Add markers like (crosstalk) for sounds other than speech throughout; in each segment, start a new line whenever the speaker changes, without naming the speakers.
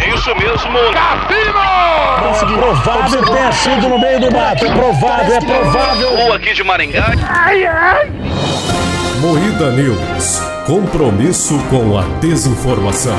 É Isso mesmo. Cassino!
Conseguiu. Provável tenha sido no meio do mato. É provável, é provável.
Ou aqui de Maringá.
Moída News. Compromisso com a desinformação.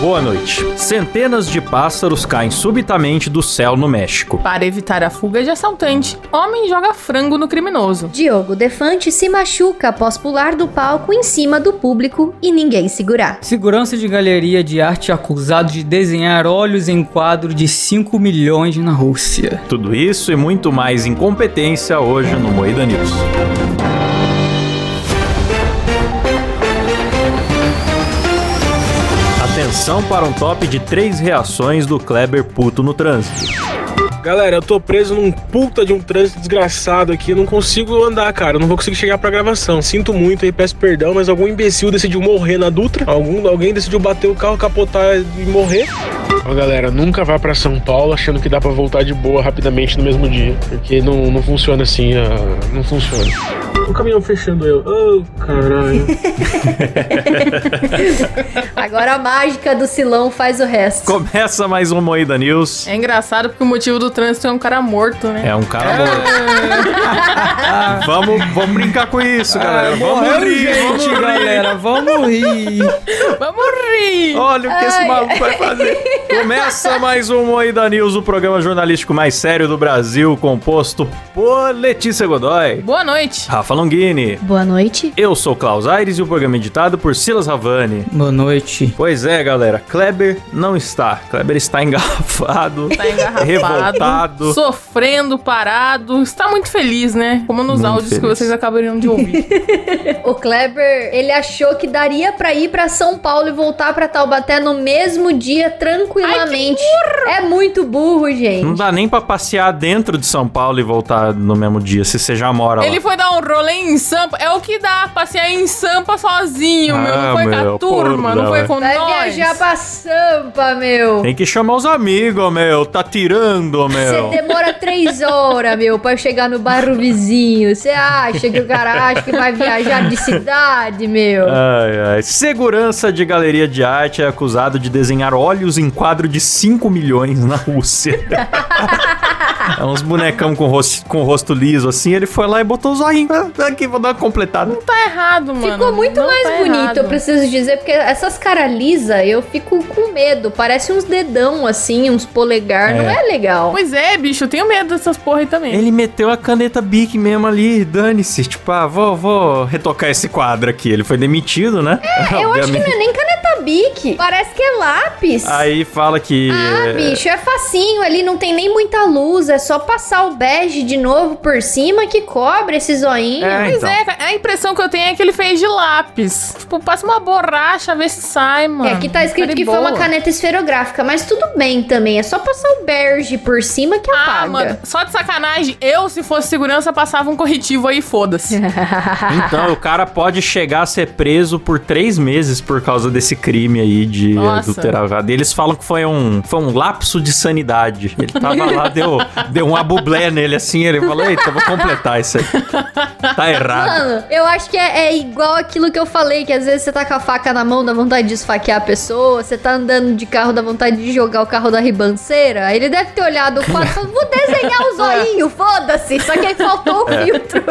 Boa noite. Centenas de pássaros caem subitamente do céu no México.
Para evitar a fuga de assaltante, homem joga frango no criminoso.
Diogo Defante se machuca após pular do palco em cima do público e ninguém segurar.
Segurança de galeria de arte acusado de desenhar olhos em quadro de 5 milhões na Rússia.
Tudo isso e muito mais incompetência hoje no Moída News. Atenção para um top de três reações do Kleber puto no trânsito.
Galera, eu tô preso num puta de um trânsito desgraçado aqui. Eu não consigo andar, cara. Eu não vou conseguir chegar pra gravação. Sinto muito aí, peço perdão, mas algum imbecil decidiu morrer na Dutra. Algum, alguém decidiu bater o carro, capotar e morrer. Ó, galera, nunca vá pra São Paulo achando que dá pra voltar de boa rapidamente no mesmo dia. Porque não, não funciona assim, ah, não funciona. O caminhão fechando eu. Oh, caralho.
Agora a mágica do Silão faz o resto.
Começa mais um Moída News.
É engraçado porque o motivo do trânsito é um cara morto, né?
É um cara morto.
(laughs)
vamos, vamos brincar com isso, galera. É, vamos
Ah, Morreu,
rir, vamos
gente,
rir.
galera. Vamos rir.
É.
Vamos rir!
Olha o que esse
Ai.
maluco vai fazer. Começa mais um Moída News, o programa jornalístico mais sério do Brasil, composto por Letícia Godoy,
Boa noite.
Rafa Longini.
Boa noite.
Eu sou Klaus Aires e o programa é editado por Silas Ravani.
Boa noite.
Pois é, galera, Kleber não está. Kleber está (laughs) engarrafado,
Tá engarrafado,
revoltado.
sofrendo, parado. Está muito feliz, né? Como nos
Muito
áudios que
feliz. Tá
vocês acabariam de ouvir.
O Kleber, ele achou que daria pra ir pra São Paulo e voltar pra Taubaté no mesmo dia tranquilamente. é muito burro,
Não
gente.
dá nem pra passear dentro de São Paulo e voltar no mesmo dia, se você já mora
Ele
lá.
foi dar um rolê em Sampa. É o que dá, passear em Sampa sozinho, meu.
Ah,
Não foi com
meu,
a turma,
porra,
não foi
velho.
com
Vai
Hum. nós.
viajar pra Sampa, meu.
Tem que chamar os amigos, meu. Tá tirando,
Você
meu.
demora três horas, meu, pra chegar no bairro vizinho. Você acha que o cara acha que vai viajar de cidade, meu?
Ai, ai. Segurança de galeria de arte é acusado de desenhar olhos em quadro de 5 milhões na Rússia. é uns bonecão com rosto, com rosto liso assim. Ele foi lá e botou os olhinhos. Ah, Aqui, vou dar uma completada.
Tá errado, mano.
Ficou muito
Não
mais
tá
bonito,
errado.
eu preciso dizer, porque essas caras lisa, eu fico com medo. Parece uns dedão assim, uns polegar, não é legal.
Pois é, bicho, eu tenho medo dessas porra aí também.
Ele meteu a caneta Bic mesmo ali, dane-se. Tipo, ah, vou, vou retocar esse quadro aqui. Ele foi demitido, né? É,
Eu acho que não é nem caneta bique, parece que é lápis.
Aí fala que.
Ah,
é,
bicho, é facinho ali, não tem nem muita luz, é só passar o bege de novo por cima que cobre esse zoinho.
É,
Pois
então.
é, cara, a impressão que eu tenho é que ele fez de lápis. Tipo, passa uma borracha, vê se sai, mano.
É, aqui tá escrito
Cara,
que foi uma
boa.
caneta esferográfica, mas tudo bem também. É só passar o berge por cima que apaga.
Ah, mano, só de sacanagem. Eu, se fosse segurança, passava um corretivo aí, foda-se.
(laughs)
Então, o cara pode chegar a ser preso por três meses por causa desse crime aí de
Nossa.
adulterado. E Eles falam que foi um, foi um lapso de sanidade. Ele tava lá, deu, deu um abublé nele assim, ele falou, eita, vou completar isso aí. Tá errado.
Mano, eu acho que é, é igual aquilo que eu falei, que às vezes você tá com a faca na mão, dá vontade de esfaquear a pessoa, você tá andando de carro, dá vontade de jogar o carro da ribanceira. Aí Ele deve ter olhado o quadro e falou, vou desenhar o zoinho, foda-se. Só que aí faltou o filtro.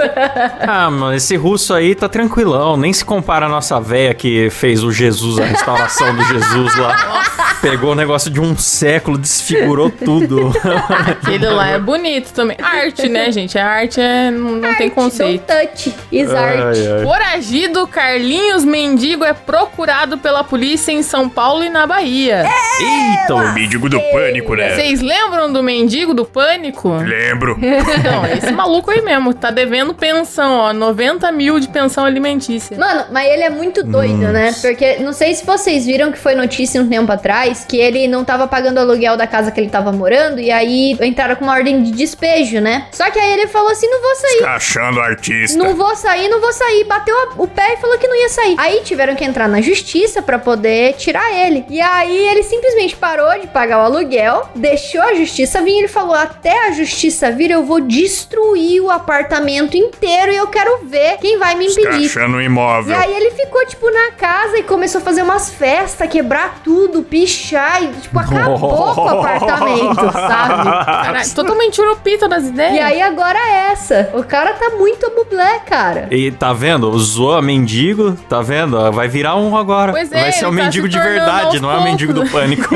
Ah, mano, esse russo aí tá tranquilão, nem se compara a nossa véia que fez o Jesus, a restauração do Jesus lá. Pegou o negócio de um século, desfigurou tudo.
Aquele lá é bonito também. Arte, né, gente? A arte é, não, não tem conceito.
Don't touch is art.
Ai, ai.
Foragido Carlinhos Mendigo é procurado pela polícia em São Paulo e na Bahia.
É.
Eita, o bicho.
Mendigo do pânico,
É.
né?
Vocês lembram do mendigo do pânico?
Lembro.
Então, é esse maluco aí mesmo. Tá devendo pensão, ó. 90 mil de pensão alimentícia.
Mano, mas ele é muito doido, né? Porque não sei se vocês viram que foi notícia um tempo atrás que ele não tava pagando o aluguel da casa que ele tava morando e aí entraram com uma ordem de despejo, né? Só que aí ele falou assim: não vou sair.
Achando skatista.
Não vou sair, não vou sair. Bateu a- o pé e falou que não ia sair. Aí tiveram que entrar na justiça pra poder tirar ele. E aí ele simplesmente parou de pagar o aluguel, deixou a justiça vir e ele falou: Até a justiça vir, eu vou destruir o apartamento inteiro e eu quero ver quem vai me
Tá
impedir.
achando um
E
imóvel.
aí ele ficou, tipo, na casa e começou a fazer umas festas, quebrar tudo, pichar e, tipo, acabou
(laughs)
com o apartamento, sabe?
Caralho, totalmente uropita das ideias.
E aí agora é essa. O cara tá muito bublé, cara.
E tá vendo? Zoa mendigo, tá vendo? Vai virar um agora.
Pois é,
Vai ser
ele
um
tá
mendigo
se
de
tornando
verdade,
aos
não é um mendigo do
poucos. (laughs)
pânico.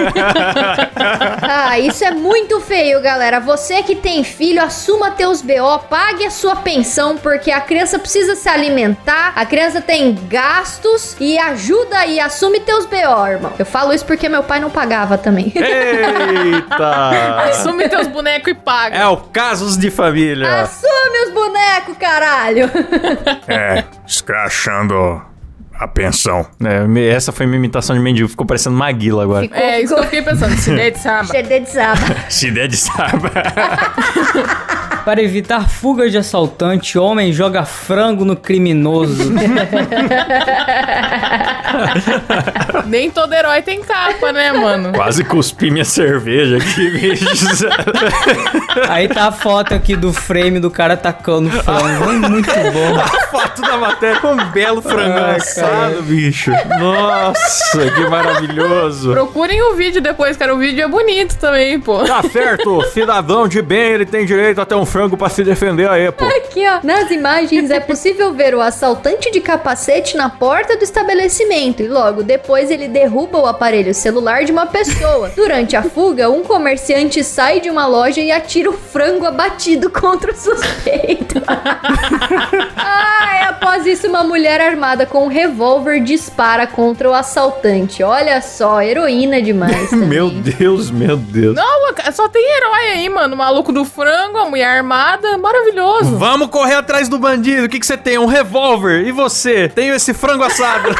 Ah, isso é muito feio, galera. Você que tem filho, assuma teus BO, pague a sua pensão, porque a criança precisa se alimentar, a criança tem gastos e ajuda aí, assume teus BO, irmão. Eu falo isso porque meu pai não pagava também.
Eita!
Assume teus bonecos e paga.
É o Casos de Família.
Assume os bonecos, caralho!
É, escrachando a pensão.
Ah.
É, me- essa foi minha imitação de mendigo, ficou parecendo Maguila agora.
Ficou,
É, isso que eu
ficou.
fiquei pensando. Se der de
(laughs)
samba.
Cheio de saba.
Se der de sábado.
Para evitar fuga de assaltante, homem joga frango no criminoso.
Nem todo herói tem capa, né, mano?
Quase cuspi minha cerveja aqui, (laughs) bicho.
Aí tá a foto aqui do frame do cara tacando frango. Muito bom.
Foto da matéria com um belo frangão
Ai,
assado, bicho. Nossa, que maravilhoso.
Procurem o vídeo depois, cara. O vídeo é bonito também, pô.
Tá certo, cidadão de bem, ele tem direito a ter um frango pra se defender aí, pô.
Aqui, ó. Nas imagens é possível ver o assaltante de capacete na porta do estabelecimento e logo depois ele derruba o aparelho celular de uma pessoa. Durante a fuga, um comerciante sai de uma loja e atira o frango abatido contra o suspeito. Ai, após isso, uma mulher armada com um revólver dispara contra o assaltante. Olha só, heroína demais.
(laughs)
também.
Meu Deus, meu Deus.
Não, cara, só tem herói aí, mano. O maluco do frango, a mulher armada. Maravilhoso.
Vamos correr atrás do bandido. O que, que você tem? Um revólver. E você? Tenho esse frango
(laughs)
assado.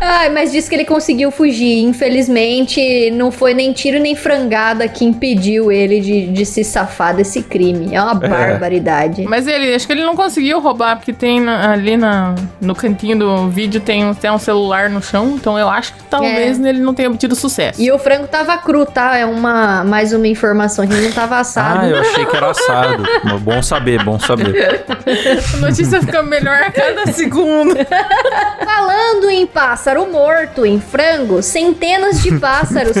Ai, mas disse que ele conseguiu fugir. Infelizmente, não foi nem tiro nem frangada que impediu ele de, de se safar desse crime. É uma barbaridade.
Mas ele, acho que ele não conseguiu roubar, porque tem na- ali na, no cantinho do vídeo tem até um celular no chão. Então eu acho que talvez ele não tenha obtido sucesso.
E o frango tava cru, tá? É uma mais uma informação que não tava assado.
Ah, eu achei que era assado. Mas Bom saber, bom saber.
A notícia fica melhor a cada (laughs) segundo.
Tá Falando em pássaro morto, em frango, centenas de pássaros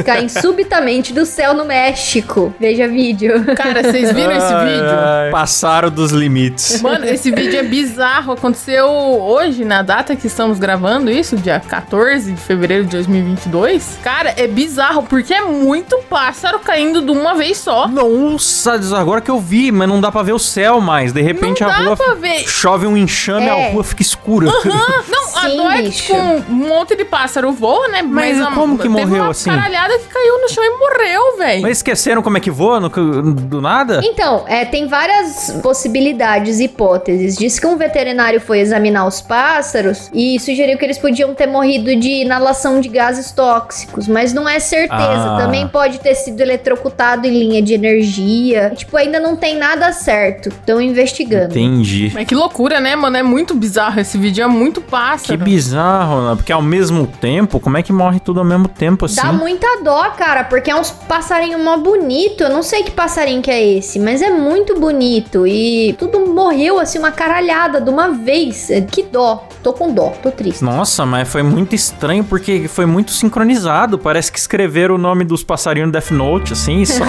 (laughs)
caem subitamente do céu no México. Veja vídeo.
Cara, vocês viram esse
Ai,
vídeo?
ai. Passaram dos limites.
Mano, esse vídeo é bizarro. Aconteceu hoje, na data que estamos gravando isso, dia 14 de fevereiro de 2022. Cara, é bizarro porque é muito pássaro caindo de uma vez só.
Nossa, agora que eu vi, mas não dá pra ver o céu mais. De repente
Não
a
dá
rua
pra ver.
chove um enxame,
É.
a rua fica escura.
Ah, não, a
Sim,
dor é que,
bicho.
tipo um monte de pássaro voa, né?
Mas
a,
como que
teve
morreu
uma
assim?
caralhada que caiu no chão e morreu,
(laughs)
velho.
Mas esqueceram como é que voa no- do nada?
Então, é, tem várias possibilidades, hipóteses. Diz que um veterinário foi examinar os pássaros e sugeriu que eles podiam ter morrido de inalação de gases tóxicos, mas não é certeza.
Ah.
Também pode ter sido eletrocutado em linha de energia. Tipo, ainda não tem nada certo. Estão investigando.
Entendi.
Mas que loucura, né, mano? É muito bizarro esse vídeo, é muito
Que
pássaro.
bizarro, né? Porque ao mesmo tempo, como é que morre tudo ao mesmo tempo assim?
Dá muita dó, cara, porque é uns passarinho mó bonito. Eu não sei que passarinho que é esse, mas é muito bonito. E tudo morreu assim, uma caralhada de uma vez. É, Que dó. Tô com dó, tô triste.
Nossa, mas foi muito estranho porque foi muito sincronizado. Parece que escreveram o nome dos passarinhos no Death Note, assim, e só.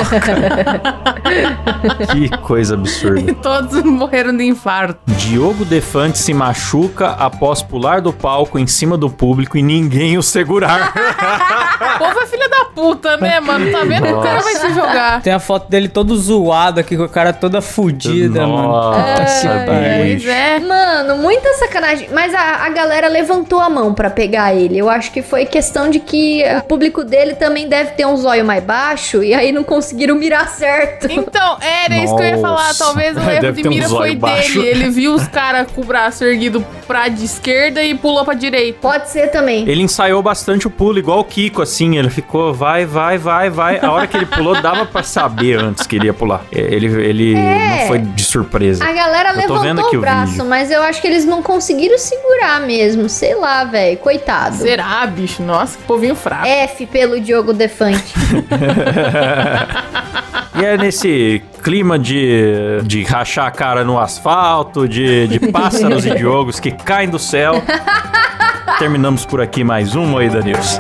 que coisa absurda.
(laughs) Todos morreram de infarto.
Diogo Defante se machuca após pular do palco em cima do público e ninguém o
(laughs)
segurar.
O povo é filha da puta, né, mano? Tá vendo que o cara vai se jogar.
Tem a foto dele todo zoado aqui, com a cara toda fudida, mano.
Nossa,
Pois
bicho.
é.
Mano, muita sacanagem. Mas a, a galera levantou a mão pra pegar ele. Eu acho que foi questão de que o público dele também deve ter um zóio mais baixo. E aí não conseguiram mirar certo.
Então, era isso que eu ia falar.
Nossa.
Talvez o
Deve
erro de
ter um
mira
zóio
foi
baixo.
dele. Ele viu os caras com o braço erguido pra de esquerda e pulou pra direita.
Pode ser também.
Ele ensaiou bastante o pulo, igual o Kiko, assim, ele ficou, vai, vai, vai, vai. A hora que ele pulou, dava pra saber antes que ele ia pular. É, Ele, ele
É.
não foi de surpresa.
A galera
Eu tô vendo
levantou
aqui
o
o
braço,
vídeo.
mas eu acho que eles não conseguiram segurar mesmo. Sei lá, velho. Coitado.
Será, bicho? Nossa, que povinho fraco.
F pelo Diogo Defante.
E é nesse clima de, de rachar a cara no asfalto, de, de pássaros e diogos que caem do céu. Terminamos por aqui mais um Moeda News.